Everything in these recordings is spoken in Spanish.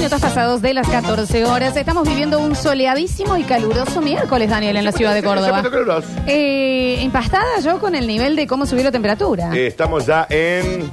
minutos pasados de las 14 horas. Estamos viviendo un soleadísimo y caluroso miércoles, Daniel, en la ciudad de Córdoba. Eh, impastada yo con el nivel de cómo subió la temperatura. Eh, estamos ya en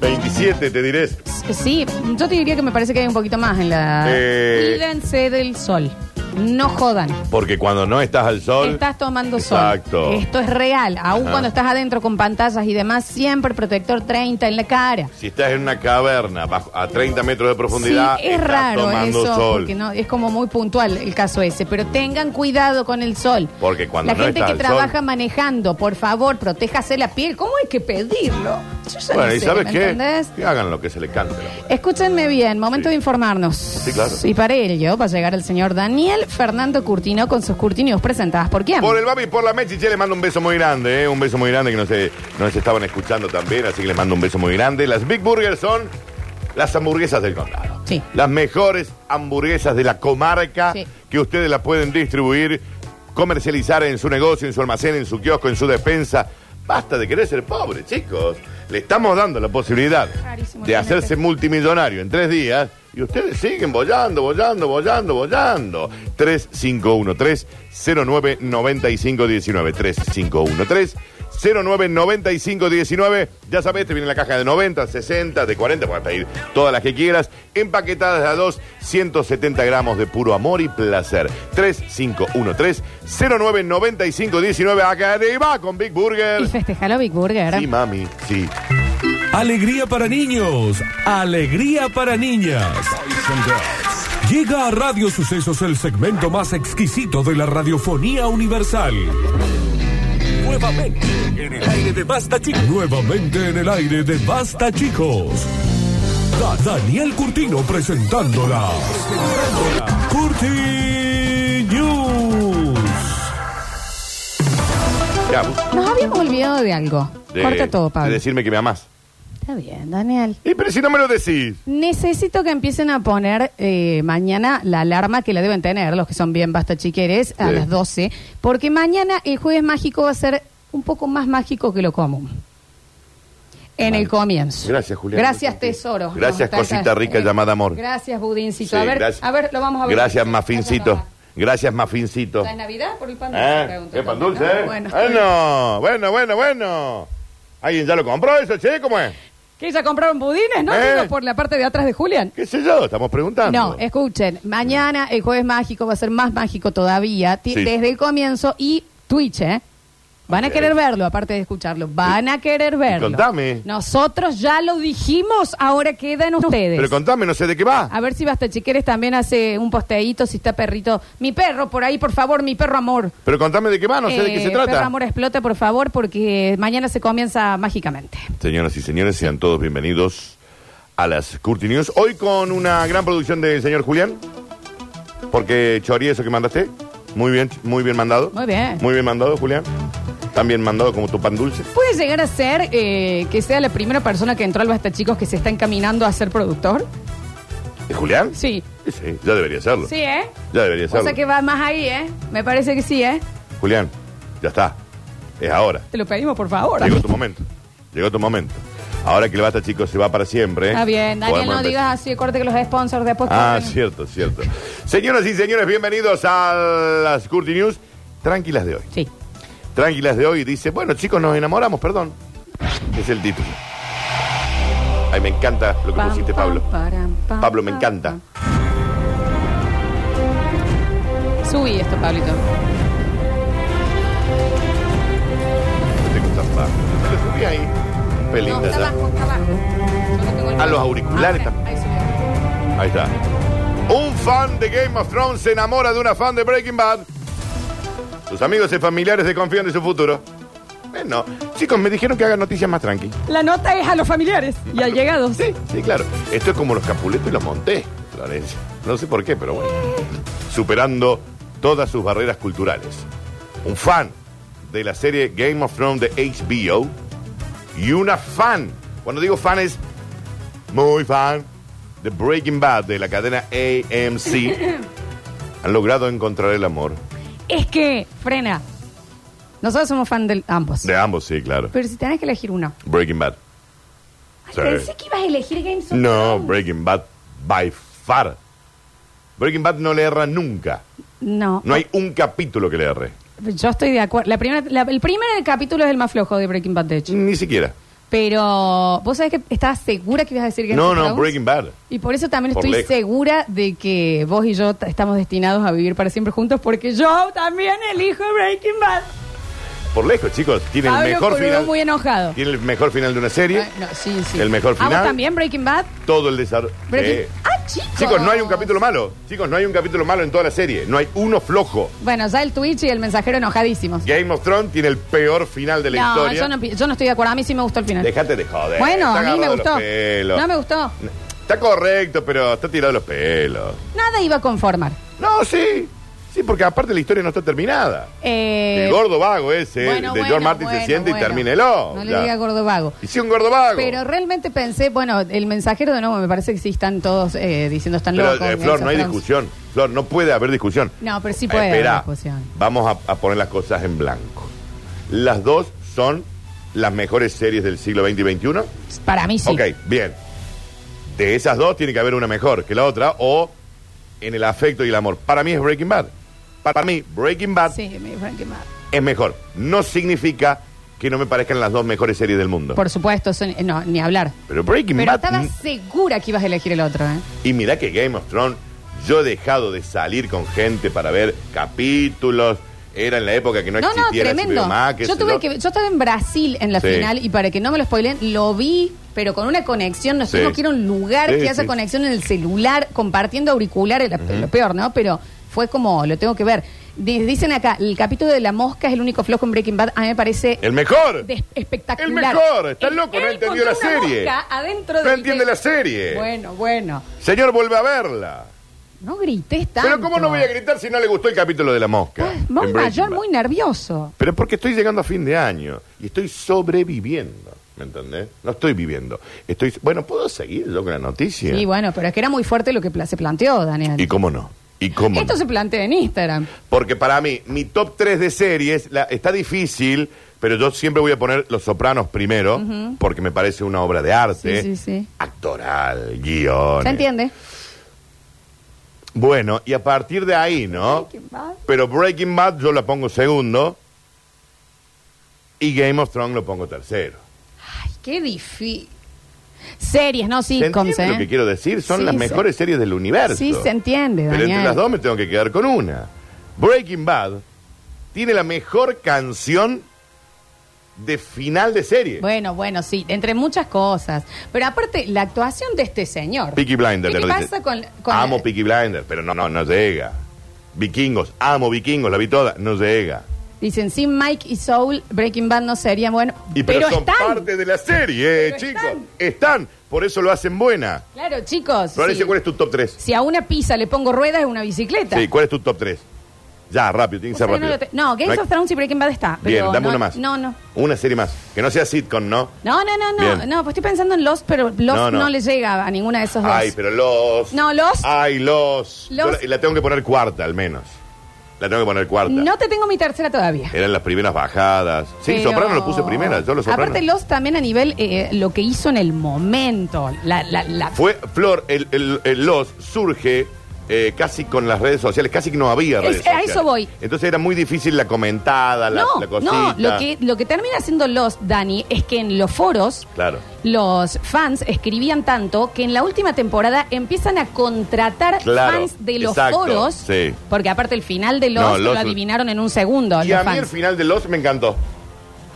27, te diré. Sí, yo te diría que me parece que hay un poquito más en la... Eh. Cuídense del sol. No jodan. Porque cuando no estás al sol. Estás tomando sol. Eh. Exacto. Esto es real. Aún Ajá. cuando estás adentro con pantallas y demás, siempre protector 30 en la cara. Si estás en una caverna bajo- a 30 metros de profundidad, Sí, es estás raro tomando eso, sol. porque no, es como muy puntual el caso ese, pero tengan cuidado con el sol. Porque cuando la no gente está que el trabaja sol- manejando, por favor, protéjase la piel. ¿Cómo hay que pedirlo? Yo ya Bueno, no ¿y sé, sabes ¿me qué? entendés? Que hagan lo que se le cante. la verdad. Escúchenme bien, momento Sí. de informarnos. Sí, claro. Y para ello va a llegar el señor Daniel Fernando Curtino con sus Curtinios presentadas por quién. Por el Babi y por la Mechi, che, les mando un beso muy grande, ¿eh? un beso muy grande que nos, eh, nos estaban escuchando también, así que les mando un beso muy grande. Las Big Burgers son las hamburguesas del condado. Sí. Las mejores hamburguesas de la comarca Sí. que ustedes las pueden distribuir, comercializar en su negocio, en su almacén, en su kiosco, en su despensa. Basta de querer ser pobre, chicos. Le estamos dando la posibilidad Carísimo, de realmente. hacerse multimillonario en tres días y ustedes siguen bollando, bollando, bollando, bollando. 3513-099519. 3513-099519. Ya sabes, te viene la caja de 90, 60, de 40, puedes pedir todas las que quieras. Empaquetadas a 2, 170 gramos de puro amor y placer. 3513-099519. Acá arriba con Big Y Burger. festejalo Big Burger. Sí, mami, sí. Alegría para niños, alegría para niñas. Llega a Radio Sucesos el segmento más exquisito de la radiofonía universal. Nuevamente en el aire de Basta Chicos. Nuevamente en el aire de Basta Chicos. Da- Daniel Curtino presentándola. Curti News. Ya, vos- Nos habíamos olvidado de algo. de- Corta todo, Pablo. de decirme que me amás. Está bien, Daniel. Y pero si no me lo decís. Necesito que empiecen a poner eh, mañana la alarma que la deben tener, los que son bien basta chiqueres, a Sí. las 12, porque mañana el jueves mágico va a ser un poco más mágico que lo común. En el comienzo. Gracias, Julián. Gracias, tesoro. Nos Gracias, está- cosita está- rica llamada amor. Gracias, budincito. Sí, a, ver, gracias. a ver, lo vamos a ver. Gracias, mafincito. Allá Gracias, va. mafincito. ¿Ya es Navidad por el pan dulce? ¿Eh? Pregunto ¿Qué pan también, dulce, ¿no? eh? Ah, Bueno, está bien. Bueno, bueno, bueno, bueno. ¿Alguien ya lo compró eso, che? ¿Cómo es? ¿Que ya compraron budines? No, ¿Eh? digo, por la parte de atrás de Julián. ¿Qué sé yo? Estamos preguntando. No, escuchen, mañana el jueves mágico va a ser más mágico todavía, ti- Sí. desde el comienzo y Twitch, ¿eh? Van a Ok. querer verlo, aparte de escucharlo. Van a querer verlo. contame. Nosotros ya lo dijimos, ahora quedan ustedes. Pero contame, no sé de qué va. a ver si Basta Chiqueres también hace un posteíto, si está perrito. Mi perro, por ahí, por favor, mi perro amor. Pero contame de qué va, no sé de qué Eh, se Perro trata. amor explota, por favor, porque mañana se comienza mágicamente. Señoras y señores, sean todos bienvenidos a las Curti News. Hoy con una gran producción del señor Julián. Porque Chori, eso que mandaste. Muy bien, muy bien mandado. Muy bien. Muy bien mandado, Julián. También mandado como tu pan dulce. ¿Puede llegar a ser eh, que sea la primera persona que entró al Basta Chicos que se está encaminando a ser productor? ¿De Julián? Sí. Sí, sí, ya debería serlo. Sí, ¿eh? Ya debería O serlo. sea que va más ahí, ¿eh? Me parece que sí, ¿eh? Julián, ya está. Es ahora. Te lo pedimos, por favor. Llegó tu momento. Llegó tu momento. Ahora que el basta, chicos, se va para siempre. ¿eh? Está bien, Daniel, Podemos no empezar. digas así, corte que los sponsors después Ah, corren. cierto, cierto. Señoras y señores, bienvenidos a las Curti News. Tranquilas de hoy. Sí. Tranquilas de hoy dice, bueno chicos, nos enamoramos, perdón. Es el título. Ay, me encanta lo que Pam, pusiste, pam, Pablo. param, pam, Pablo, me pam, encanta. pam. Subí esto, Pablito. Tengo tapado. Lo subí ahí. Un pelín No, de está allá. abajo, está abajo. Yo no tengo el A los micrófono. auriculares Ah, también. ahí subió. Ahí está. Un fan de Game of Thrones se enamora de una fan de Breaking Bad. Sus amigos y familiares desconfían de su futuro. Bueno, chicos, me dijeron que hagan noticias más tranqui. La nota es a los familiares y al llegado. Sí, sí, claro. Esto es como los Capuletos y los Montés, Florencia. No sé por qué, pero bueno. Superando todas sus barreras culturales. Un fan de la serie Game of Thrones de HBO y una fan, cuando digo fan es muy fan, de Breaking Bad de la cadena AMC, han logrado encontrar el amor. Es que, frena. Nosotros somos fan de ambos. De ambos, sí, claro. Pero si tenés que elegir uno. Breaking Bad. Ay, Sí. Pensé que ibas a elegir Games of No, Thrones. Breaking Bad by zafar. Breaking Bad no le erra nunca. No. No hay un capítulo que le erre. Yo estoy de acuerdo. La primera, la- el primer capítulo es el más flojo de Breaking Bad, de hecho. Ni siquiera. Pero, ¿vos sabés que estabas segura que ibas a decir que No, no, Breaking Bad. Y por eso también Por estoy lejos. segura de que vos y yo t- estamos destinados a vivir para siempre juntos porque yo también elijo Breaking Bad. Por lejos, chicos. Tiene el Pablo mejor Curú final. muy enojado. Tiene el mejor final de una serie. Ay, no, sí, sí. El mejor ¿A vos final. también Breaking Bad? Todo el desarrollo. Breaking- Sí. ¡Ah, chicos! Chicos, no hay un capítulo malo. Chicos, no hay un capítulo malo en toda la serie. No hay uno flojo. Bueno, ya el Twitch y el mensajero enojadísimos. Game of Thrones tiene el peor final de la no, historia. Yo, no, pi- yo no estoy de acuerdo. A mí sí me gustó el final. Dejate de joder. bueno, Está a mí me agarrado de gustó. los pelos. No me gustó. Está correcto, pero está tirado de los pelos. Nada iba a conformar. No, sí. Sí, porque aparte la historia no está terminada. Eh, el gordo vago ese, bueno, de bueno, George Martin, bueno, se siente bueno. y termínelo. No ya. le diga gordo vago. Y sí, un gordo vago. Pero realmente pensé, bueno, el mensajero de nuevo, me parece que sí están todos eh, diciendo están Pero, locos. eh, Game Flor, of no hay Thrones. discusión. Eh, Flor, no puede haber discusión. No, pero sí puede haber Esperá, discusión. Vamos a, a poner las cosas en blanco. Las dos son las mejores series del siglo XX y XXI. Para mí sí. Ok, bien. De esas dos tiene que haber una mejor que la otra o en el afecto y el amor. Para mí es Breaking Bad. Para mí, Breaking Bad Sí, me dijeron que más. es mejor. No significa que no me parezcan las dos mejores series del mundo. Por supuesto, son- eh, no, ni hablar. Pero Breaking Pero Bad... estaba segura que ibas a elegir el otro, ¿eh? Y mirá que Game of Thrones, yo he dejado de salir con gente para ver capítulos. Era en la época que no, No, no, existía la tremendo. HBO Max, qué Yo sé tuve que yo estaba en Brasil en la Sí. final y para que no me lo spoilen, lo vi, pero con una conexión, no sé, Sí. no quiero un lugar Sí, que haya sí. conexión en el celular, compartiendo auriculares, la- lo peor, ¿no? Pero fue como, lo tengo que ver. Di- Dicen acá, el capítulo de la mosca es el único flojo en Breaking Bad, a mí me parece El mejor. des- espectacular. El mejor. Está El- loco, no él entendió la contra una serie. mosca adentro no del- entiende de- la serie. Bueno, bueno. Señor, vuelve a verla. No grites tanto. Pero ¿cómo no voy a gritar si no le gustó el capítulo de la mosca? Estás muy En Breaking mayor, Bad. muy nervioso. Pero porque estoy llegando a fin de año y estoy sobreviviendo. ¿Me entendés? No estoy viviendo. Estoy. Bueno, ¿puedo seguir yo con la noticia? Sí, bueno, pero es que era muy fuerte lo que pla- se planteó, Daniel. ¿Y cómo no? ¿Y cómo Esto no? se plantea en Instagram. Porque para mí, mi top 3 de series la- está difícil, pero yo siempre voy a poner Los Sopranos primero, porque me parece una obra de arte. Sí, sí, sí. Actoral, guión. ¿Se entiende? Bueno, y a partir de ahí, ¿no? Breaking Bad. Pero Breaking Bad yo la pongo segundo. Y Game of Thrones lo pongo tercero. Ay, qué difícil. Series, no ¿Se sitcoms, entiende ¿eh? lo que quiero decir? Son Sí, las se- mejores series del universo. Sí, se entiende, Pero Daniel. entre las dos me tengo que quedar con una. Breaking Bad tiene la mejor canción de final de serie. Bueno, bueno, sí, entre muchas cosas. Pero aparte, la actuación de este señor. Peaky Blinders. ¿Qué le le parece. pasa con, con amo la- Peaky Blinders, pero no, no, no llega. Vikingos, amo Vikingos, la vi toda, no llega. Dicen, sin Mike y Soul, Breaking Bad no sería bueno. Y pero, pero son están. parte de la serie, eh, Pero chicos. están. Están. por eso lo hacen buena. Claro, chicos. Florencia, sí. ¿cuál es tu top 3? Si a una pizza le pongo ruedas, es una bicicleta. Sí, ¿cuál es tu top 3? Ya, rápido, tiene que O sea, ser no, rápido. lo te- no, Games hay- of Thrones y Breaking Bad está. Bien, pero dame no- una más. No, no. Una serie más. Que no sea sitcom, ¿no? No, no, no, no, Bien. no, pues estoy pensando en Lost, pero Lost no, No, no. le llega a ninguna de esos dos. Ay, pero los. No, los- Ay, los. Los- Yo la- la tengo que poner cuarta, al menos. La tengo que poner cuarta. No te tengo mi tercera todavía. Eran las primeras bajadas. Sí, Pero- Soprano lo puse primera. Yo lo Soprano. Aparte Lost también a nivel eh, lo que hizo en el momento, la, la, la- Fue, Flor, el, el- el los surge eh, casi con las redes sociales, casi que no había redes Es- a sociales. eso voy. Entonces era muy difícil la comentada, la, no, la cosita. no, lo que lo que termina haciendo Lost, Dani, es que en los foros Claro. los fans escribían tanto que en la última temporada empiezan a contratar Claro, fans de los exacto, foros, sí. porque aparte el final de Lost, No, Lost- lo adivinaron en un segundo. Y los a mí fans. el final de los me encantó.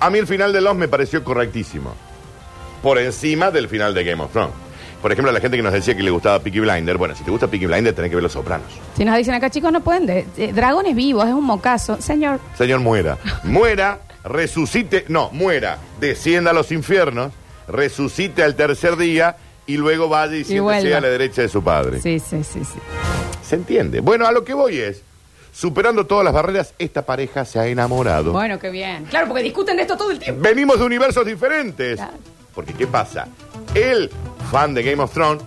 A mí el final de los me pareció correctísimo. Por encima del final de Game of Thrones. Por ejemplo, la gente que nos decía que le gustaba Peaky Blinder, bueno, si te gusta Peaky Blinder tenés que ver Los Sopranos. Si nos dicen acá, chicos, no pueden. de- eh, dragones vivos, es un mocazo. Señor, Señor, muera. Muera, resucite, no, muera, descienda a los infiernos, resucite al tercer día y luego vaya y, siéntese vuelva. a la derecha de su padre. Sí, sí, sí, sí. ¿Se entiende? Bueno, a lo que voy es, superando todas las barreras, esta pareja se ha enamorado. Bueno, qué bien. Claro, porque discuten de esto todo el tiempo. Venimos de universos diferentes. Claro. Porque, ¿qué pasa? Él, fan de Game of Thrones,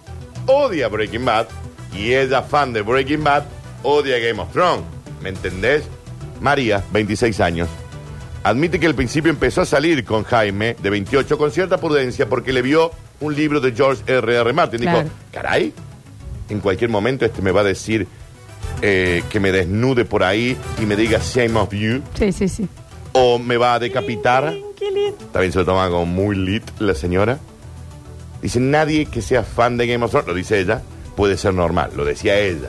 odia Breaking Bad. Y ella, fan de Breaking Bad, odia Game of Thrones. ¿Me entendés? María, 26 años. Admite que al principio empezó a salir con Jaime, de 28, con cierta prudencia, porque le vio un libro de George R.R. Martin. Claro. Dijo, caray, en cualquier momento este me va a decir eh, que me desnude por ahí y me diga shame of you Sí, sí, sí. o me va a decapitar. Qué lindo. También se lo toma como muy lit la señora. Dice, nadie que sea fan de Game of Thrones, lo dice ella, puede ser normal, lo decía ella.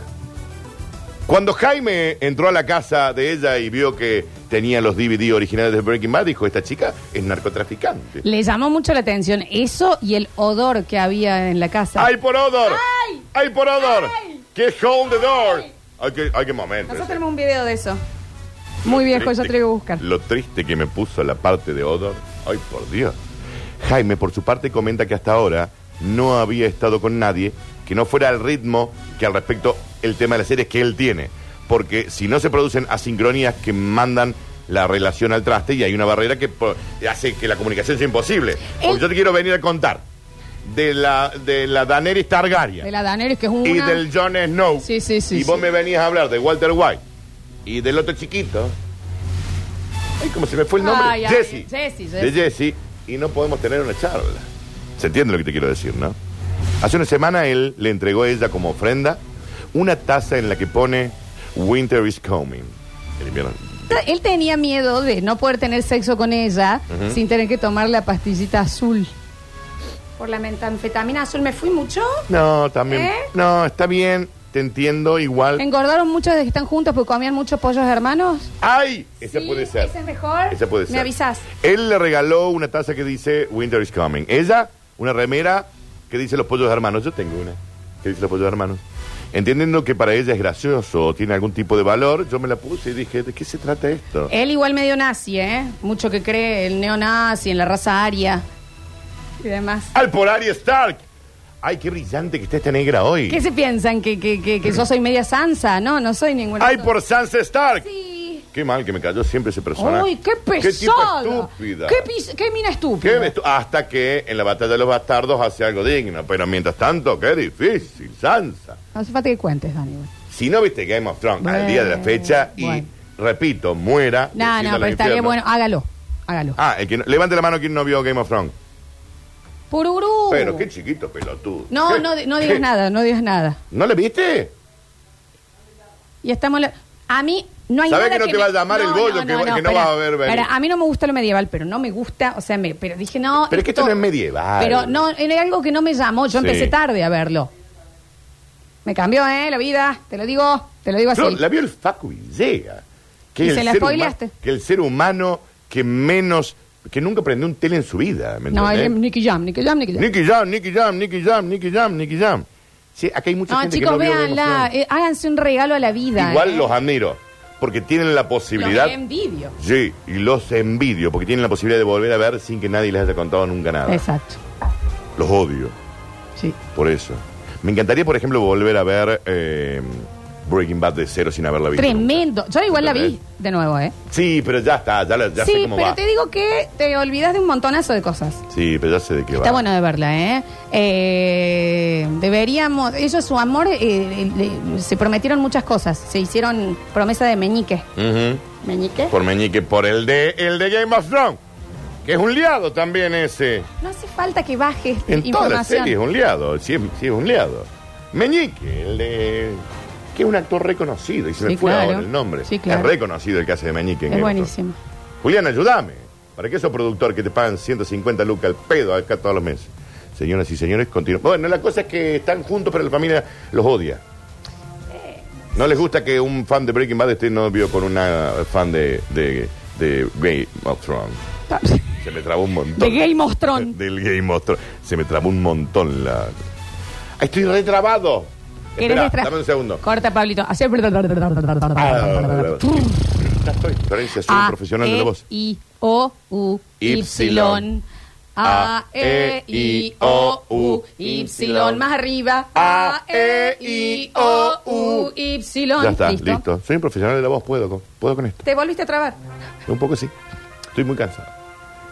Cuando Jaime entró a la casa de ella y vio que tenía los DVD originales de Breaking Bad, dijo, esta chica es narcotraficante. Le llamó mucho la atención eso y el odor que había en la casa. ¡Ay, por odor! ¡Ay! ¡Ay, por odor! ¡Ay! ¡Que hold the door! ¡Ay! ¡Ay, qué, ay, qué momento! Nosotros ese. tenemos un video de eso. Muy viejo, yo Triste- te lo voy a buscar. Lo triste que me puso la parte de Odor. Ay, por Dios. Jaime, por su parte, comenta que hasta ahora no había estado con nadie que no fuera al ritmo que al respecto el tema de las series que él tiene. Porque si no se producen asincronías que mandan la relación al traste y hay una barrera que po- hace que la comunicación sea imposible. Porque Él- yo te quiero venir a contar de la, de la Daenerys Targaryen De la Daenerys, que es una... y del Jon Snow. Sí, sí, sí, Y vos sí. me venías a hablar de Walter White y del otro chiquito. Ay, cómo se me fue el nombre. Ay, ay, Jesse. Jesse, De Jesse. Y no podemos tener una charla. Se entiende lo que te quiero decir, ¿no? Hace una semana él le entregó a ella como ofrenda una taza en la que pone Winter is coming. El invierno. Él tenía miedo de no poder tener sexo con ella sin tener que tomar la pastillita azul. Por la metanfetamina azul me fui mucho. No, también. ¿Eh? No, está bien. Te entiendo igual. Engordaron mucho desde que están juntos porque comían muchos pollos hermanos. ¡Ay! Esa Sí, puede ser. esa es mejor. Esa puede Me ser. avisás. Él le regaló una taza que dice Winter is coming. Ella, una remera que dice los pollos hermanos. Yo tengo una que dice los pollos hermanos. Entendiendo que para ella es gracioso o tiene algún tipo de valor, yo me la puse y dije, ¿de qué se trata esto? Él igual medio nazi, ¿eh? Mucho que cree el neonazi, en la raza aria y demás. ¡Al por Arya Stark! ¡Ay, qué brillante que está esta negra hoy! ¿Qué se piensan? ¿Que, que, que, que yo soy media Sansa? No, no soy ninguna. ¡Ay, por Sansa Stark! Sí. Qué mal que me cayó siempre ese personaje. ¡Uy, qué pesado! ¡Qué tipo estúpida! ¡Qué, pis- qué mina Qué estúpida! bestu- Hasta que en la batalla de los bastardos hace algo digno. Pero mientras tanto, qué difícil, Sansa. No hace falta que cuentes, Dani. Si no viste Game of Thrones al día de la fecha y, Bueno. repito, muera. No, descienda no, al pero estaría infierno. bueno. Hágalo, hágalo. Ah, el que no- levante la mano quien no vio Game of Thrones. Pururú. Pero qué chiquito pelotudo. Uh. No, ¿Qué? no, di- no digas ¿Qué? nada, no digas nada. ¿No le viste? Y estamos... la- A mí no hay Sabés nada que no te va a llamar el bollo, que va- que no espera, va a ver venir. espera, a mí no me gusta lo medieval, pero no me gusta, o sea, me, pero dije no... Pero es que esto no es medieval. Pero no, era algo que no me llamó, yo Sí. empecé tarde a verlo. Me cambió, ¿eh? La vida, te lo digo, te lo digo así. Flor, la vio el Facu Villega. Que Y es se el la ser huma- spoileaste. Que el ser humano que menos. que nunca prendió un tele en su vida. ¿me no, entendés? el Nicky Jam, Nicky Jam, Nicky Jam. ¿eh? Nicky Jam, Nicky Jam, Nicky Jam, Nicky Jam, Nicky Jam. Sí, acá hay mucha no, gente chicos, que no vio Game of véanla, Thrones. eh, háganse un regalo a la vida. Igual ¿eh? los admiro. Porque tienen la posibilidad. Los envidio. Sí, y los envidio, porque tienen la posibilidad de volver a ver sin que nadie les haya contado nunca nada. Exacto, Los odio, sí. por eso. Me encantaría, por ejemplo, volver a ver eh, Breaking Bad de cero sin haberla visto. Tremendo. Yo igual la vi ¿Entendés? de nuevo, ¿eh? nunca. Sí, pero ya está, ya, la- ya sé sí, cómo pero va. te digo que te olvidas de un montonazo de cosas. Sí, pero ya sé de qué Está va. bueno de verla, ¿eh? Eh, deberíamos. Ellos, su amor, eh, eh, le- se prometieron muchas cosas. Se hicieron promesa de meñique. Ujú. ¿Meñique? Por Meñique, por el de, el de Game of Thrones, que es un liado también ese. No hace falta que bajes En todas las información. series es un liado, sí, es- sí es un liado. Meñique, el de... que es un actor reconocido, y se Sí, me fue claro. ahora el nombre. Sí, claro. Es reconocido el que hace de Meñique. en es Game of Thrones. buenísimo. Julián, ayúdame. ¿Para qué esos productor que te pagan 150 lucas al pedo acá todos los meses? Señoras y señores, continúan. Bueno, la cosa es que están juntos, pero la familia los odia. Eh. No les gusta que un fan de Breaking Bad esté novio con una fan de, de, de Game of Thrones. Se me trabó un montón. De Game of Thrones. Del Game of Thrones. Se me trabó un montón la... ¡Ay, estoy retrabado! ¿Querés Espera, extra- dame un segundo. Corta, Pablito. Hacer. Ah, Ya estoy. Florencia, soy Ah, un profesional eh, de la voz. I O U Y. A E I O U Y. Más arriba. A E I O U Y. Ya está, listo. Soy un profesional de la voz, puedo con, puedo con esto. Te volviste a trabar. Un poco sí. Estoy muy cansado.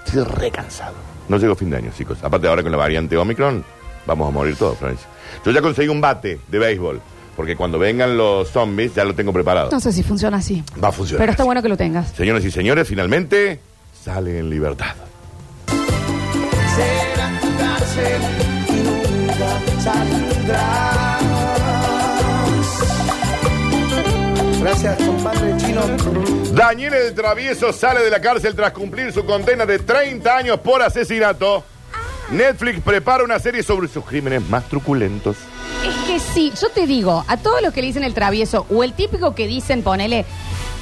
Estoy recansado. No llego a fin de año, chicos. Aparte ahora con la variante Omicron, vamos a morir todos, Florencia. Yo ya conseguí un bate de béisbol, porque cuando vengan los zombies ya lo tengo preparado. No sé si funciona así. Va a funcionar. Pero está bueno que lo tengas. Señoras y señores, finalmente sale en libertad. será tu cárcel y nunca saldrá. Gracias, compadre chino. Daniel el Travieso sale de la cárcel tras cumplir su condena de 30 años por asesinato. Netflix prepara una serie sobre sus crímenes más truculentos. Es que sí, yo te digo, a todos los que le dicen el travieso, o el típico que dicen, ponele,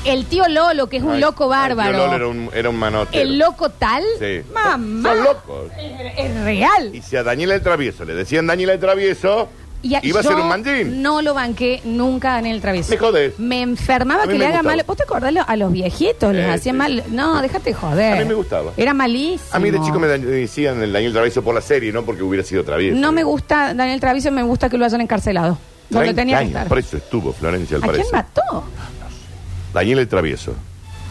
el tío Lolo, que es un Ay, loco El bárbaro. Lolo era un, era un manotero. El loco tal, Sí. mamá. Son locos. Es, es real. Y si a Daniel el Travieso le decían Daniel el Travieso, Y iba a yo ser un manjín. No lo banqué nunca en el travieso. Me jodés. Me A enfermaba mí que me le haga gustaba. mal. ¿Vos te acordás lo- a los viejitos? Les Eh, hacían sí. mal. No, déjate joder. A mí me gustaba. Era malísimo. A mí de chico me da- decían el Daniel el Travieso por la serie, no porque hubiera sido travieso. No me gusta Daniel Travieso, me gusta que lo hayan encarcelado. Donde 30 tenía que años estar. preso estuvo Florencia, al ¿A quién parecer. mató? Daniel el Travieso,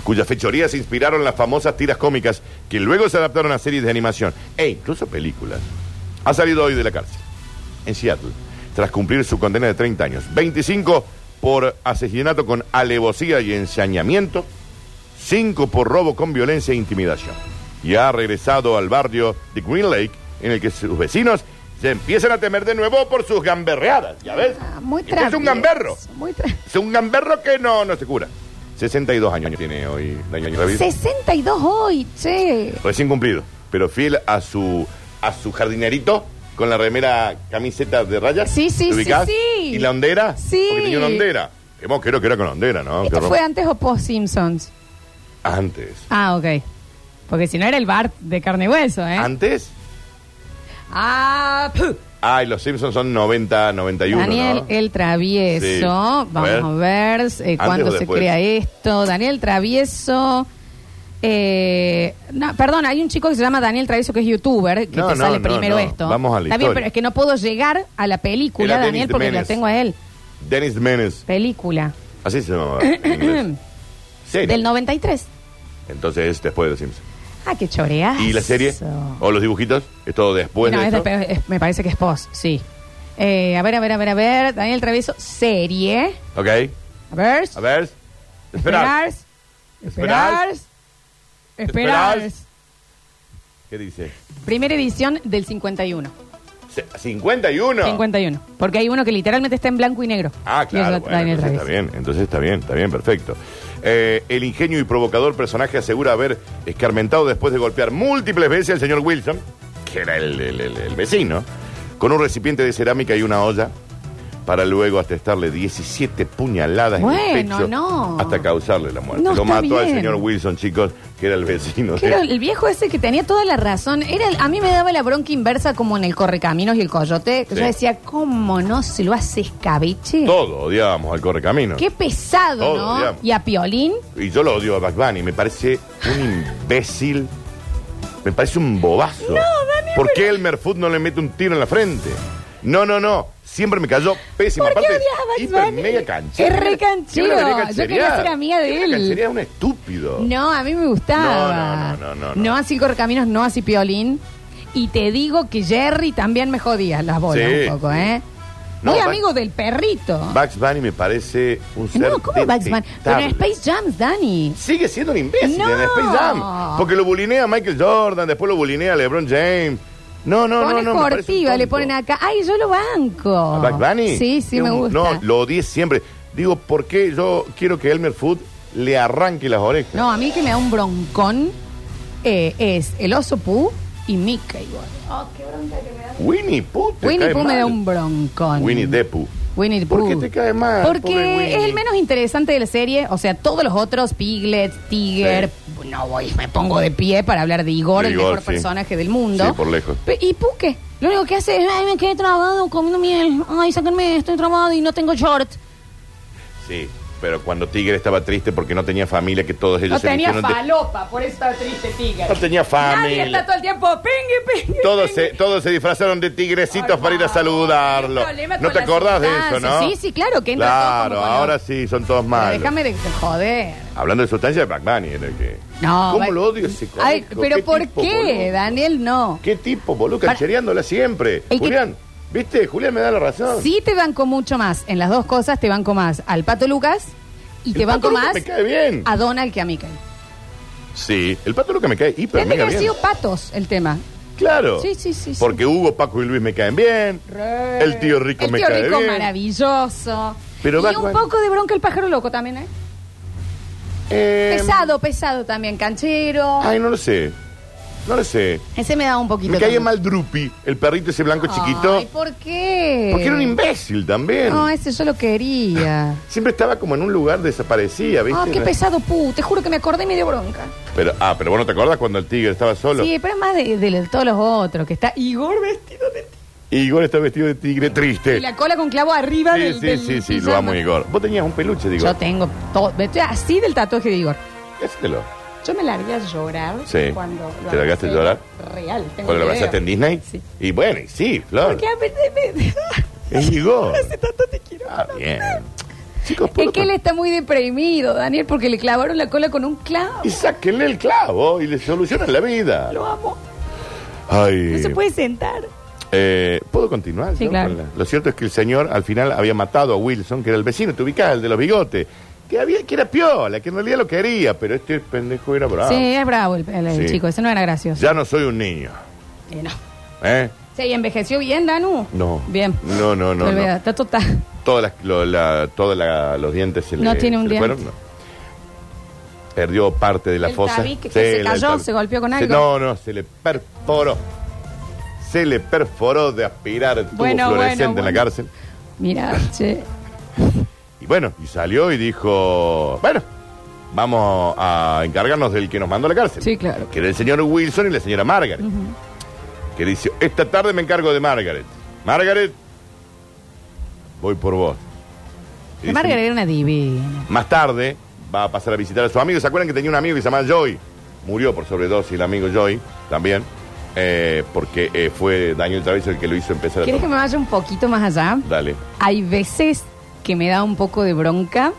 cuyas fechorías inspiraron las famosas tiras cómicas que luego se adaptaron a series de animación e incluso películas, ha salido hoy de la cárcel, en Seattle, tras cumplir su condena de 30 años. 25 por asesinato con alevosía y ensañamiento, 5 por robo con violencia e intimidación. Y ha regresado al barrio de Green Lake, en el que sus vecinos se empiezan a temer de nuevo por sus gamberreadas, ¿ya ves? Ah, muy Este Es travieso. un gamberro. Muy tra- Es un gamberro que no, no se cura. 62 años tiene hoy Daniel Ravir. 62 hoy, che. Recién cumplido, pero fiel a su a su jardinerito con la remera camiseta de rayas. Sí, sí, ¿Te sí, ubicás? sí. ¿Y la hondera? Sí. Porque tenía una hondera. Que vos creo que era con hondera, ¿no? ¿Esto Que fue rom- antes o post Simpsons? antes. Ah, ok. Porque si no era el bar de carne y hueso, ¿eh? ¿Antes? ah, puh. Ay, los Simpsons son 90, 91, Daniel eh. ¿no? el Travieso. Sí. A Vamos ver. a ver eh, ¿Antes o cuándo se después? crea esto. Daniel Travieso. eh, no, perdón, hay un chico que se llama Daniel Travieso que es youtuber, que No, te no, sale no, primero no. esto. Vamos a la Está bien, historia. pero es que no puedo llegar a la película, Era Daniel, Dennis porque lo Menes. tengo a él. Dennis Menes. Película. Así se llamaba en inglés. Serie. Del 93. Entonces, después de los Simpsons. Ah, qué choreazo. ¿Y la serie? ¿O los dibujitos? ¿Es todo después No, de es esto? de- es- me parece que es post, sí. Eh, a ver, a ver, a ver, a ver. Daniel Travieso, serie. A Ok. ver. A ver. Esperar. Esperar. Esperar. Esperar. ¿Qué dice? Primera edición del 51. Se- 51. 51. Porque hay uno que literalmente está en blanco y negro. Ah, Y claro. es bueno, Daniel entonces está Travieso. bien, entonces está bien, está bien, perfecto. Eh, el ingenio y provocador personaje asegura haber escarmentado después de golpear múltiples veces al señor Wilson, que era el, el- el- el vecino, con un recipiente de cerámica y una olla, para luego atestarle 17 puñaladas en el Bueno, pecho no. hasta causarle la muerte. No, Lo está mató al bien. señor Wilson, chicos, que era el vecino. Que era el viejo ese que tenía toda la razón. Era el- a mí me daba la bronca inversa como en el Correcaminos y el Coyote. que Sí. Yo decía, ¿cómo no se lo hace escabeche? Todo odiábamos al correcamino. Qué pesado, Todo, ¿no? digamos. Y a Piolín. Y yo lo odio a Bad Bunny, me parece un imbécil, me parece un bobazo. No, Dani, ¿Por qué Elmer Fudd no le mete un tiro en la frente? No, no, no, siempre me cayó pésimo. ¿Por qué Aparte, odias a Bad hiper Bunny? mega canchero. Es re canchero. Tiene una vereda Yo quería canchereada. ser amiga de Tiene una él. canchereada, un estúpido. No, a mí me gustaba. No, no, no, no, no. No así el Correcaminos, no así Piolín. Y te digo que Jerry también me jodía las bolas Sí. un poco, ¿eh? No, Muy Bad- amigo del perrito. Bugs Bunny me parece un ser no, ¿cómo Batman? Pero en detestable. Space Jams, Dani. Sigue siendo un imbécil No. en Space Jam. Porque lo bulinea a Michael Jordan, después lo bulinea a LeBron James. No, no, Pone no, no. me parece un cortiva, le tonto. ponen acá. Ay, yo lo banco. ¿A Bugs Bunny? Sí, sí, Es me un- gusta. No, lo odié siempre. Digo, ¿por qué yo quiero que Elmer Food le arranque las orejas? No, a mí que me da un broncón eh, es el oso Pooh y Mickey. boludo. Winnie Pooh te Winnie cae Pooh me mal. da un broncón. Winnie the Pooh. Winnie the ¿Por qué Pooh. te cae mal, pobre Winnie? Porque es el menos interesante de la serie. O sea, todos los otros, Piglet, Tiger, no voy, me pongo de pie para hablar de Igor, De el Igor, mejor sí. personaje del mundo. Sí, por lejos. Pe- ¿Y Pooh qué? Lo único que hace es, ay, me quedé trabado comiendo miel. Ay, sáquenme, estoy trabado y no tengo short. Sí, pero cuando Tigre estaba triste porque no tenía familia, que todos ellos No se tenía eligieron de- falopa, por eso estaba triste Tiger. No Nadie tenía está familia. todo el tiempo, pingui, pingui. Todos pingui. se, todos se disfrazaron de tigrecitos para ir a saludarlo. Qué problema ¿No con te la acordás de eso, sustancia. no? Sí, sí, claro, que entra Claro, todo como cuando- ahora sí, son todos Pero malos. Déjame de de joder. Hablando de sustancia, Black Bunny era el que... No. ¿Cómo va- lo odio ese Ay, conejo? pero ¿Qué ¿por tipo, qué, boludo? Daniel? No. ¿Qué tipo, boludo? Para- Canchereándola siempre. El que- Julián, ¿viste? Julián me da la razón. Sí te banco mucho más. En las dos cosas te banco más al Pato Lucas y te El Pato banco Lucas más Me cae bien. a Donald que a Michael. Sí, el pato Lucas me cae hiper Tendría que mega haber bien. sido patos el tema. Claro. Sí, sí, sí, sí. Porque Hugo, Paco y Luis me caen bien. El tío Rico El me tío cae Rico bien. maravilloso. Pero y un Batman- poco de bronca el pájaro loco también, ¿eh? Eh, pesado, pesado también, canchero. Ay, no lo sé. No lo sé. Ese me da un poquito. Me caía también. mal Drupi, el perrito ese blanco chiquito. Ay, ¿por qué? Porque era un imbécil también. No, ese yo lo quería. Siempre estaba como en un lugar desaparecía, ¿viste? Ah, qué pesado, pu. Te juro que me acordé y me dio bronca. Pero, ah, pero vos no te acordás cuando el tigre estaba solo. Sí, pero es más de, de todos los otros, que está Igor vestido de tigre. Y Igor está vestido de tigre triste. Y la cola con clavo arriba Sí, del sí, del sí, sí, lo pijama. amo Igor. Vos tenías un peluche, digo. Yo tengo todo. Estoy así del tatuaje de Igor. Hacételo. Yo me largué a llorar Sí. cuando lo ¿Te largaste a abracé. llorar? Real. tengo Cuando lo el video. abrazaste en Disney. Sí. Y bueno, y sí, Flor. Porque a veces me- Es Igor. Hace tanto te quiero. Ah, bien. Chicos, Es ¿puedo que él está muy deprimido, Daniel, porque le clavaron la cola con un clavo. Y sáquenle el clavo y le solucionan la vida. Lo amo. Ay. No se puede sentar. Eh, ¿Puedo continuar? Sí, no? claro. Con la- Lo cierto es que el señor al final había matado a Wilson, que era el vecino, te ubicás, el de los bigotes, que, había, que era piola, que en realidad lo quería, pero este pendejo era bravo. Sí, es bravo el, el- el Sí. chico. Ese no era gracioso. Ya no soy un niño. Eh, no. ¿eh? Sí, ¿y envejeció bien, Danu. No. Bien. No, no, no, Pero no. vea, Está tota- total. Todas las, lo- la- todas la- los dientes se le No tiene un se le diente. no. Perdió parte de la El fosa. tabique que se el- cayó, el tab- se golpeó con se- algo. no, no, se le perforó. Se le perforó de aspirar el tubo Bueno, bueno, fluorescente en bueno. la cárcel. Mira, che. Y bueno, y salió y dijo, bueno, vamos a encargarnos del que nos mandó a la cárcel. Sí, claro. Que era el señor Wilson y la señora Margaret. Que le dice, esta tarde me encargo de Margaret. Margaret, voy por vos. Y dice, Margaret era una divina. Más tarde va a pasar a visitar a su amigo. ¿Se acuerdan que tenía un amigo que se llamaba Joy? Murió por sobredosis el amigo Joy también. eh, porque eh, fue Daniel Traviso el que lo hizo empezar a ¿Quieres que tomar. me vaya un poquito más allá? Dale. Hay veces que me da un poco de bronca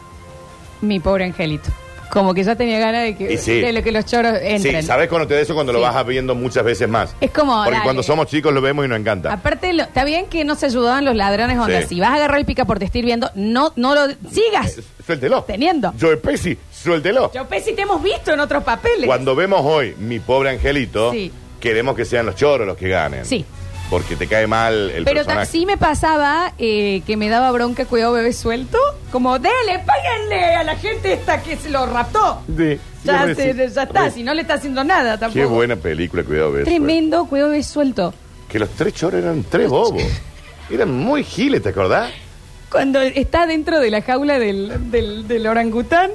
mi pobre angelito. Como que ya tenía ganas de que, Y sí. de lo que los choros entren. Sí, ¿sabes cuando te da eso? Cuando lo Sí. vas viendo muchas veces más. Es como, Porque dale. Ah, cuando somos chicos lo vemos y nos encanta. Aparte, lo- está bien que no se ayudaban los ladrones. Onda, Sí. si vas a agarrar el picaporte, estoy viendo, no, no lo sigas. Eh, Suéltelo. ah, Teniendo. Joe Pesci, suéltelo. Yo pensé si te hemos visto en otros papeles. Cuando vemos hoy mi pobre angelito, Sí. queremos que sean los choros los que ganen. Sí. Porque te cae mal el Pero ta- personaje. sí me pasaba eh, que me daba bronca, cuidado bebé suelto. Como, dele, páguenle a la gente esta que se lo raptó. Sí. Ya, Re- se- ya está, re- si no le está haciendo nada tampoco. Qué buena película, cuidado, eh. beso. Tremendo, cuidado bebé suelto. Que los tres choros eran tres bobos. Eran muy giles, ¿te acordás? Cuando está dentro de la jaula del, del, del orangután.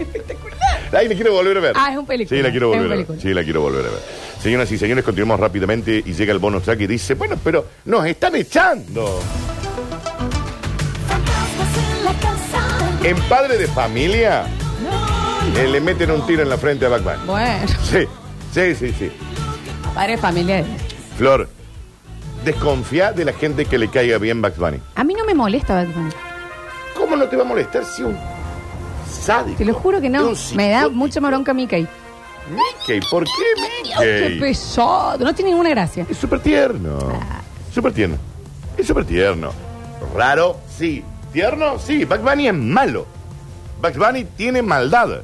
Espectacular. Ay, la quiero volver a ver. Ah, es un película. Sí, la quiero Es un volver a ver. película. Sí, la quiero volver a ver. Señoras y señores, continuamos rápidamente y llega el bonus track y dice, bueno, pero nos están echando. En padre de familia, eh, le meten un tiro en la frente a Batman. Bueno, Sí, sí, sí, sí. padre familia. Flor, desconfía de la gente que le caiga bien Bugs Bunny. A mí no me molesta Batman. ¿Cómo no te va a molestar si un sádico? Te lo juro que no. es un Me da psicótico? mucha maronca Mickey. Mickey, ¿por qué Qué Mickey? pesado. No tiene ninguna gracia. Es súper tierno. Súper tierno. Es súper tierno. Raro, sí. Tierno, sí. Bugs Bunny es malo. Bugs Bunny tiene maldad.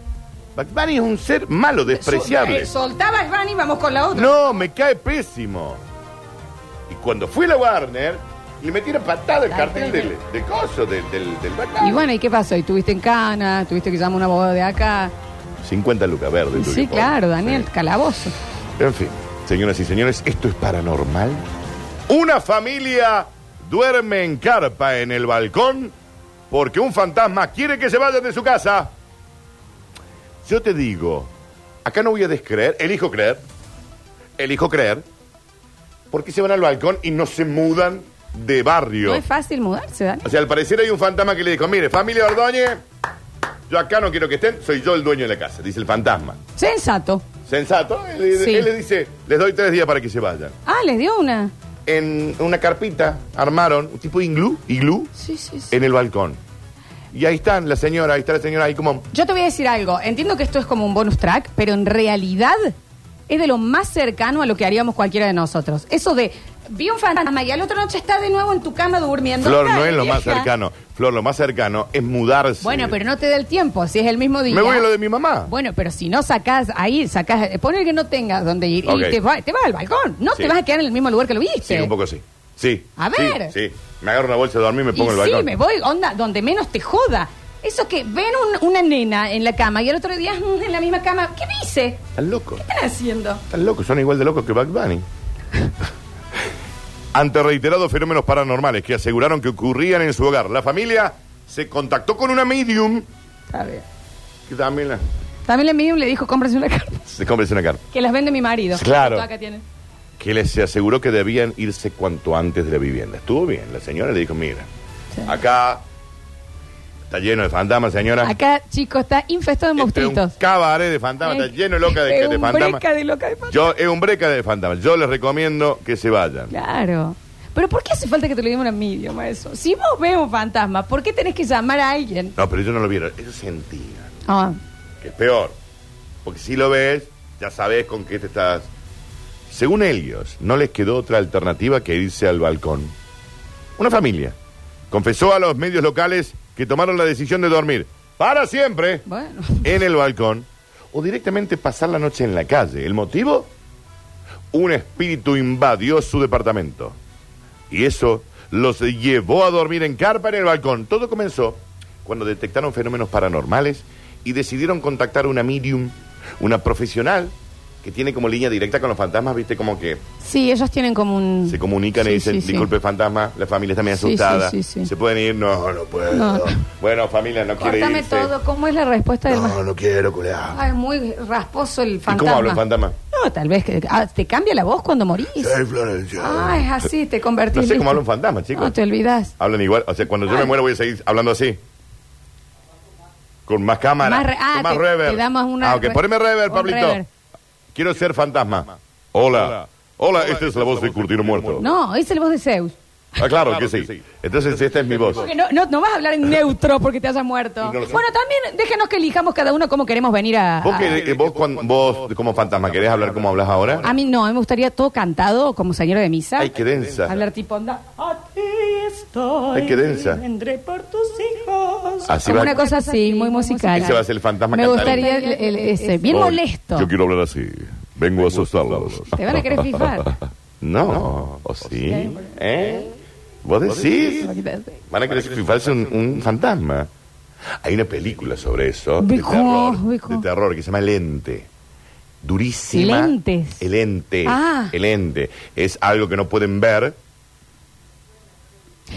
Bugs Bunny es un ser malo, despreciable. Eh, Soltaba a Bunny, vamos con la otra. No, me cae pésimo. Y cuando fui a la Warner, le metieron patada el Ay, cartel pero- del, del coso, del, del, del Bugs Bunny. Y bueno, ¿y qué pasó? ¿Y tuviste en cana? ¿Tuviste que llamar a un abogado de acá? 50 lucas verdes. Sí, claro, Daniel, calabozo. En fin, señoras y señores, esto es paranormal. Una familia duerme en carpa en el balcón porque un fantasma quiere que se vayan de su casa. Yo te digo, acá no voy a descreer, elijo creer, elijo creer, porque se van al balcón y no se mudan de barrio. No es fácil mudarse, Daniel. O sea, al parecer hay un fantasma que le dijo, mire, familia Ordóñez, yo acá no quiero que estén, soy yo el dueño de la casa, dice el fantasma. Sensato. Sensato, él, Sí. él le dice, les doy tres días para que se vayan. Ah, les dio una. En una carpita armaron un tipo de iglú, iglú Sí, sí, sí. en el balcón. Y ahí están la señora, ahí está la señora, ahí como... Yo te voy a decir algo. Entiendo que esto es como un bonus track, pero en realidad es de lo más cercano a lo que haríamos cualquiera de nosotros. Eso de, vi un fantasma y a la otra noche está de nuevo en tu cama durmiendo. Flor, no Dale, es lo más vieja. cercano. Flor, lo más cercano es mudarse. Bueno, pero no te da el tiempo, si es el mismo día. Me voy a lo de mi mamá. Bueno, pero si no sacás ahí, sacás, eh, poner que no tengas donde ir Ok. y te, va- te vas al balcón. No Sí. te vas a quedar en el mismo lugar que lo viste. Sí, un poco así. Sí. A sí, ver. Sí, Me agarro una bolsa de dormir y me pongo y en el sí, balcón. me voy, onda, donde menos te joda. Eso que ven un- una nena en la cama y el otro día mm, en la misma cama, ¿qué dice? Están locos. ¿Qué están haciendo? Están locos. Son igual de locos que Bad Bunny. Ante reiterados fenómenos paranormales que aseguraron que ocurrían en su hogar, la familia se contactó con una medium A ver. que también la- También la medium le dijo, cómprese una carta. se cómprese una carta. Que las vende mi marido. Claro. Acá tienen. Que les se aseguró que debían irse cuanto antes de la vivienda. Estuvo bien. La señora le dijo, mira, Sí. acá está lleno de fantasmas, señora. Acá, chicos, está infestado de Este es monstruitos. un cabaret de fantasmas, está lleno de loca de, Es de un fantasmas. breca de loca de fantasma. Yo, es un breca de fantasmas. Yo les recomiendo que se vayan. Claro. Pero ¿por qué hace falta que te lo digan en mi idioma eso? Si vos ves un fantasma, ¿por qué tenés que llamar a alguien? No, pero yo no lo vieron. Ellos sentían Ah, que es peor. Porque si lo ves, ya sabes con qué te estás. Según ellos, no les quedó otra alternativa que irse al balcón. Una familia confesó a los medios locales que tomaron la decisión de dormir para siempre bueno. en el balcón o directamente pasar la noche en la calle. ¿El motivo? Un espíritu invadió su departamento. Y eso los llevó a dormir en carpa en el balcón. Todo comenzó cuando detectaron fenómenos paranormales y decidieron contactar a una medium, una profesional que tiene como línea directa con los fantasmas, viste como que Sí, ellos tienen como un... se comunican y Sí, dicen, sí, sí. disculpe fantasma, la familia está muy Sí, sí, asustada, sí, sí. se pueden ir, no, no puedo. No. Bueno, familia, no quiero Cortame irse. todo, ¿cómo es la respuesta del No, ma- no quiero, culeado. Ah, es muy rasposo el ¿Y fantasma. cómo habla el fantasma? No, tal vez que ah, te cambia la voz cuando morís. Ay, Florencia. Ah, es así, te convertís. No sé cómo listo. habla un fantasma, chicos. No te olvidas. Hablan igual. O sea, cuando yo Ay. me muero voy a seguir hablando así. Con más cámara. Más re- ah, con más te- reverb. te damos una Ah, ok. re- Poneme reverb, un Pablito. reverb. Quiero ser fantasma. Hola. Hola, esta es la voz de Curtino Muerto. No, es el voz de Zeus. Ah, claro, que, Claro sí. que sí. Entonces, esta es mi voz. Porque no, no, no vas a hablar en neutro porque te hayas muerto. Y no lo sé. bueno, también déjenos que elijamos cada uno cómo queremos venir a... ¿Vos, a- querés- eh, vos, cuan- vos, como fantasma, querés hablar como hablas ahora? A mí no, a mí me gustaría todo cantado como señora de misa. Ay, qué densa. Hablar tipo onda. "Ah, A ti estoy. Ay, qué densa. Vendré por tus hijos. Así Como va- una cosa así, muy musical. Ese va a ser el fantasma Me cantarina. gustaría el- el- ese, bien Ay, molesto. Yo quiero hablar así. Vengo a asustarlos. Te van a querer fifar. No, o sí. ¿Eh? ¿Vos decís? Van a querer fifarse un, un fantasma. Hay una película sobre eso. De Vico, terror, Vico. de terror, que se llama El Ente. Durísima. Lentes. El ente. Ah. El ente. Es algo que no pueden ver.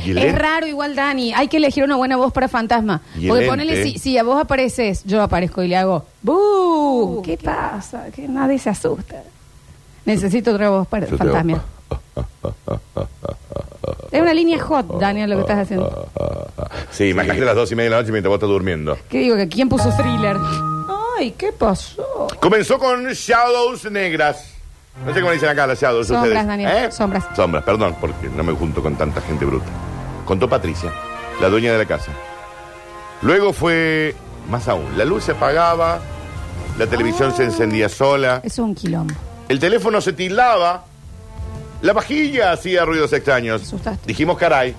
Y el Es ente- raro igual, Dani. Hay que elegir una buena voz para fantasma. Y el Porque ente. ponele, si, si a vos apareces, yo aparezco y le hago, ¡Bú! Uh, ¿Qué pasa? Que nadie se asusta. Necesito otra voz para Yo te hago- fantasma. Es una línea hot, Daniel, lo que estás haciendo. Sí, imagínate a las dos y media de la noche mientras vos estás durmiendo. ¿Qué digo? ¿Que ¿Quién puso thriller? Ay, ¿qué pasó? Comenzó con Shadows Negras. No sé cómo le dicen acá las Shadows. Sombras, ustedes. ¿Eh? Daniel, sombras. Sombras, perdón, porque no me junto con tanta gente bruta. Contó Patricia, la dueña de la casa. Luego fue más aún. La luz se apagaba, la televisión se encendía sola, Eso es un quilombo. el teléfono se tildaba, la vajilla hacía ruidos extraños. Asustaste. Dijimos, caray,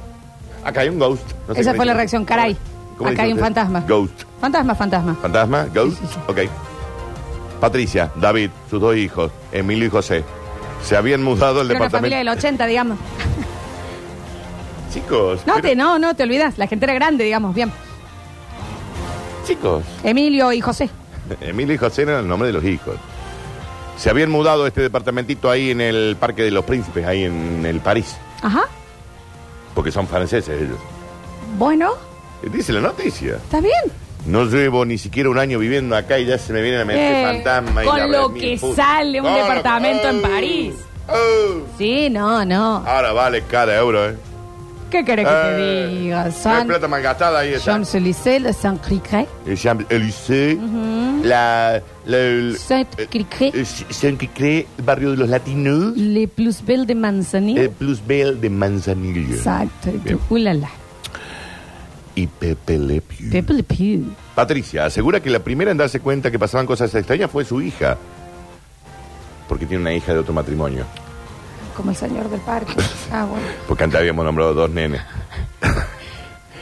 acá hay un ghost. No sé Esa cómo fue la dicen. reacción, caray. ¿Cómo Acá dicen hay un ustedes? fantasma. Ghost. Fantasma, fantasma. ¿Fantasma? ¿Ghost? Sí, sí, sí. Ok. Patricia, David, sus dos hijos, Emilio y José, se habían mudado al Era una departamento. familia del 80, digamos. Chicos, No, pero- te, no, no, te olvidas. La gente era grande, digamos. Bien. chicos, Emilio y José. Emilio y José eran el nombre de los hijos. Se habían mudado a este departamentito ahí en el Parque de los Príncipes, ahí en el París, Ajá. porque son franceses ellos. Bueno, Dice la noticia. ¿estás bien? No llevo ni siquiera un año viviendo acá y ya se me vienen a meter Eh, fantasmas. y con la- lo mil que putas. sale un Con lo que- departamento en ¡Ay! París. ¡Ay! Sí, no, no. Ahora vale cada euro, ¿eh? ¿Qué querés que te Eh, diga? No hay San plata malgastada ahí está. Champs-Élysées, le Saint-Cricret. Eh, El Champs-Élysées, la, la, el- Saint-Cricret. eh, Saint-Cricret, el barrio de los latinos, Les plus belles de Manzanillo. el Plus Bell de Manzanillo. Exacto. y Eh, Bien. tú, ulala. Y Pepe Le Pew. Pepe Le Pew. Patricia asegura que la primera en darse cuenta que pasaban cosas extrañas fue su hija. Porque tiene una hija de otro matrimonio. Como el señor del parque. Ah, bueno. Porque antes habíamos nombrado dos nenes.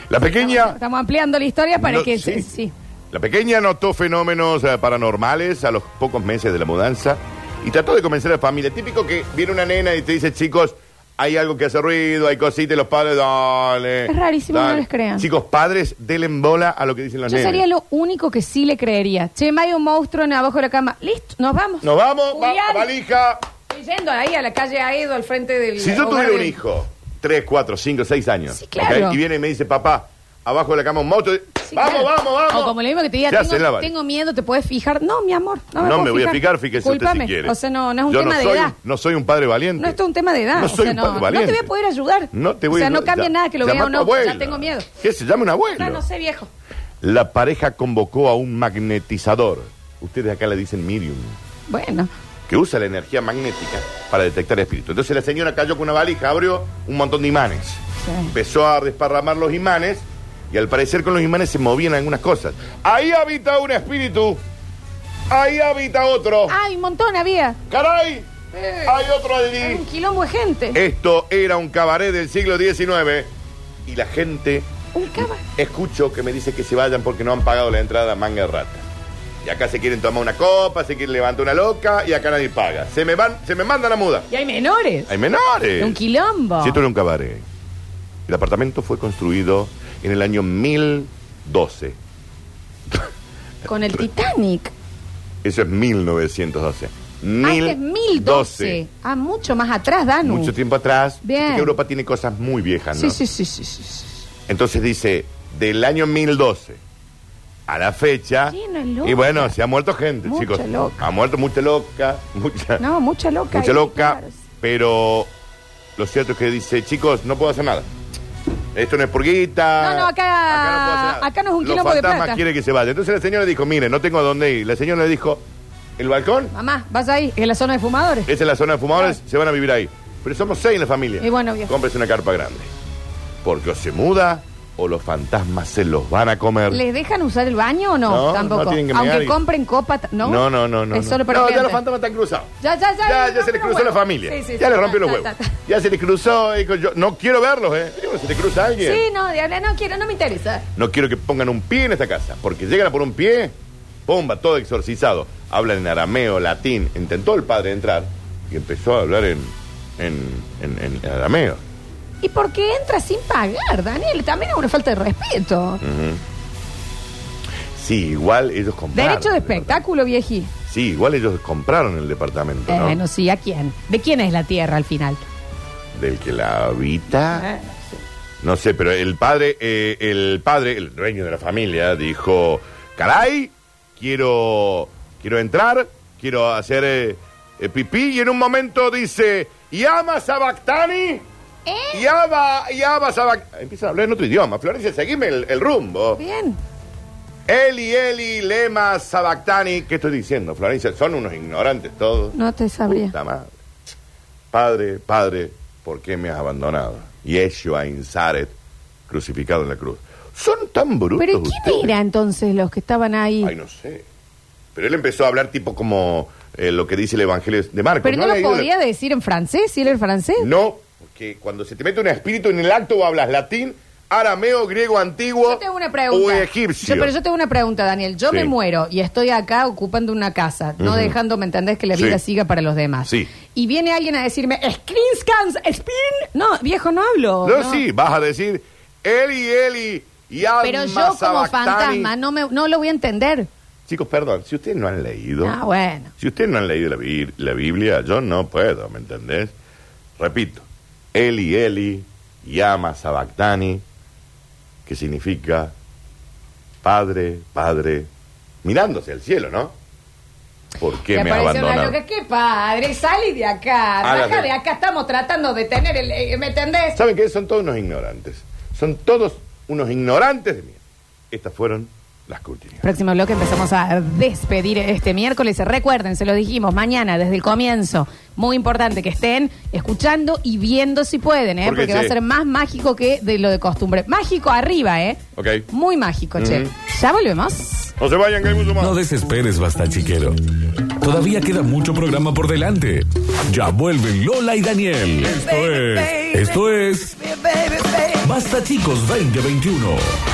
la pequeña Estamos ampliando la historia para No, que... sí. Sí. sí. La pequeña notó fenómenos eh, paranormales a los pocos meses de la mudanza y trató de convencer a la familia. Típico que viene una nena y te dice, chicos, hay algo que hace ruido, hay cositas y los padres, dale. Es rarísimo, no dale. les crean. Chicos, padres, denle bola a lo que dicen los Yo nenes. sería lo único que sí le creería. Che, ma, hay un monstruo en abajo de la cama. Listo, nos vamos. Nos vamos, va- Julián. valija. Estoy yendo ahí a la calle Aedo, al frente del. Si hogar yo tuviera un de- hijo, 3, 4, 5, 6 años, Sí, claro. ¿ok? y viene y me dice, papá, abajo de la cama un monstruo, Sí, vamos, claro. vamos, vamos. O como lo mismo que te diga, Se hace la tengo, vale. tengo miedo, te puedes fijar. No, mi amor, no me, no puedo me voy a fijar, fíjese usted Culpame. si quiere. O sea, no, no es un Yo tema de soy edad. un- no soy un padre valiente. No es todo un tema de edad. No o soy sea, un no, padre no te valiente. voy a poder ayudar. No te voy O sea, a- no cambia ya- nada que lo llama vea o a tu no. Ya abuela. tengo miedo. ¿Qué se llama un abuelo? No, no sé, viejo. La pareja convocó a un magnetizador. Ustedes acá le dicen medium. Bueno, Que usa la energía magnética para detectar espíritus. Entonces la señora cayó con una valija, abrió un montón de imanes. Sí. Empezó a desparramar los imanes y al parecer con los imanes se movían algunas cosas. Ahí habita un espíritu. Ahí habita otro. ay, un montón había. ¡Caray! Ah. Eh. Hay otro allí. Un quilombo de gente. Eh. Esto era un cabaret del siglo XIX y la gente Un cama. escucho que me dice que se vayan porque no han pagado la entrada manga de rata. Y acá se quieren tomar una copa, se quieren levantar una loca y acá nadie paga. Se me van, se me mandan a muda. Y hay menores. Hay menores. Un quilombo. Eh. Si esto era un cabaret. El apartamento fue construido en el año 1012. Con el Titanic. Eso es 1912. Ah, este es 1012. Ah, mucho más atrás, Danu. Mucho tiempo atrás. Bien. Viste que Europa tiene cosas muy viejas, Sí, ¿no? sí, sí, sí, sí, sí. Entonces dice, del año 1012 a la fecha. Sí, no es loca. Y bueno, se ha muerto gente, Mucha chicos. loca. Ha muerto mucha loca, mucha, No, mucha loca. mucha ahí, loca. claro. Pero lo cierto es que dice, chicos, no puedo hacer nada. Esto no es purguita. No, no, acá- acá no es un Los quilombo de fantasmas plata. quiere que se vaya. Entonces la señora dijo, mire, no tengo a dónde ir. La señora le dijo, el balcón, Mamá, vas ahí, en la zona de fumadores. esa es la zona de fumadores, se van a vivir ahí. Pero somos seis en la familia. Y bueno, bien. Cómprese una carpa grande. Porque o se muda o los fantasmas se los van a comer. ¿Les dejan usar el baño o no? No, Tampoco. no tienen que Aunque mear y- compren copa, t- ¿no? No, no, no, no. Es no. solo para No, ya gente. los fantasmas están cruzados. Ya, ya, ya. Ya, les ya se rompen les los cruzó la huevos. familia. Sí, sí, ya sí, les rompió ta, los ta, huevos. ta, ta. Ya se les cruzó. dijo, yo no quiero verlos, ¿eh? Digo, Se te cruza alguien. Sí, no, diabla, no quiero, no me interesa. No quiero que pongan un pie en esta casa. Porque llegan a por un pie, bomba, todo exorcizado. Hablan en arameo, latín. Intentó el padre entrar y empezó a hablar en, en, en- en arameo. ¿Y por qué entra sin pagar, Daniel? También es una falta de respeto. Mm, Sí, igual ellos compraron. Derecho de el departamento. espectáculo, vieji. Sí, igual ellos compraron el departamento, Eh, ¿no? Bueno, sí, ¿a quién? ¿De quién es la tierra al final? Del que la habita. Eh, sí. No sé, pero el padre, eh, el padre, el dueño de la familia, dijo, caray, quiero, quiero entrar, quiero hacer eh, eh, pipí, y en un momento dice, Yama Sabactani, ¿Eh? Yaba, Yaba Sabac-". Empieza a hablar en otro idioma, Florencia, seguime el, el rumbo. Bien. Eli, Eli, Lema, Sabactani, ¿qué estoy diciendo, Florencia? Son unos ignorantes todos. No te sabría. Puta madre. Padre, padre, ¿por qué me has abandonado? Yeshua Insaret, crucificado en la cruz. Son tan brutos. Pero ¿y quién ustedes. era entonces los que estaban ahí? Ay, no sé. Pero él empezó a hablar tipo como eh, lo que dice el Evangelio de Marcos. Pero no, ¿Le lo ha leído podía la- decir en francés, si él era francés. No, porque cuando se te mete un espíritu en el acto o hablas latín, arameo, griego antiguo Yo tengo una pregunta. o egipcio. Yo- pero yo tengo una pregunta, Daniel. Yo Sí. me muero y estoy acá ocupando una casa, no Ujú. dejando, ¿me entendés? Que la vida Sí. siga para los demás. Sí. Y viene alguien a decirme, scans, spin. No, viejo, no hablo. No, sí, vas a decir Eli, Eli, y Pero yo como fantasma no, me, no lo voy a entender. Chicos, perdón, si ustedes no han leído. Ah, bueno. Si ustedes no han leído la, Bi- la Biblia, yo no puedo, ¿me entendés? Repito, Eli Eli llama Sabactani, que significa Padre, Padre, mirándose al cielo, ¿no? ¿Por qué Que me aparece una abandonaron? loca, qué padre, salí de acá, Ah, la baja de- de acá, estamos tratando de tener el... eh, ¿Me entendés? ¿Saben qué? Son todos unos ignorantes. Son todos unos ignorantes de mí. Estas fueron las cortinas. Próximo bloque empezamos a despedir este miércoles. Recuerden, se lo dijimos mañana desde el comienzo. Muy importante que estén escuchando y viendo si pueden, ¿eh? Porque porque va a sí. ser más mágico que de lo de costumbre. Mágico arriba, ¿eh? Ok. Muy mágico, che. Ujú. Ya volvemos. No se vayan, que hay mucho más. No desesperes, basta chiquero. Todavía queda mucho programa por delante. Ya vuelven Lola y Daniel. Esto es. Esto es. Basta chicos 2021.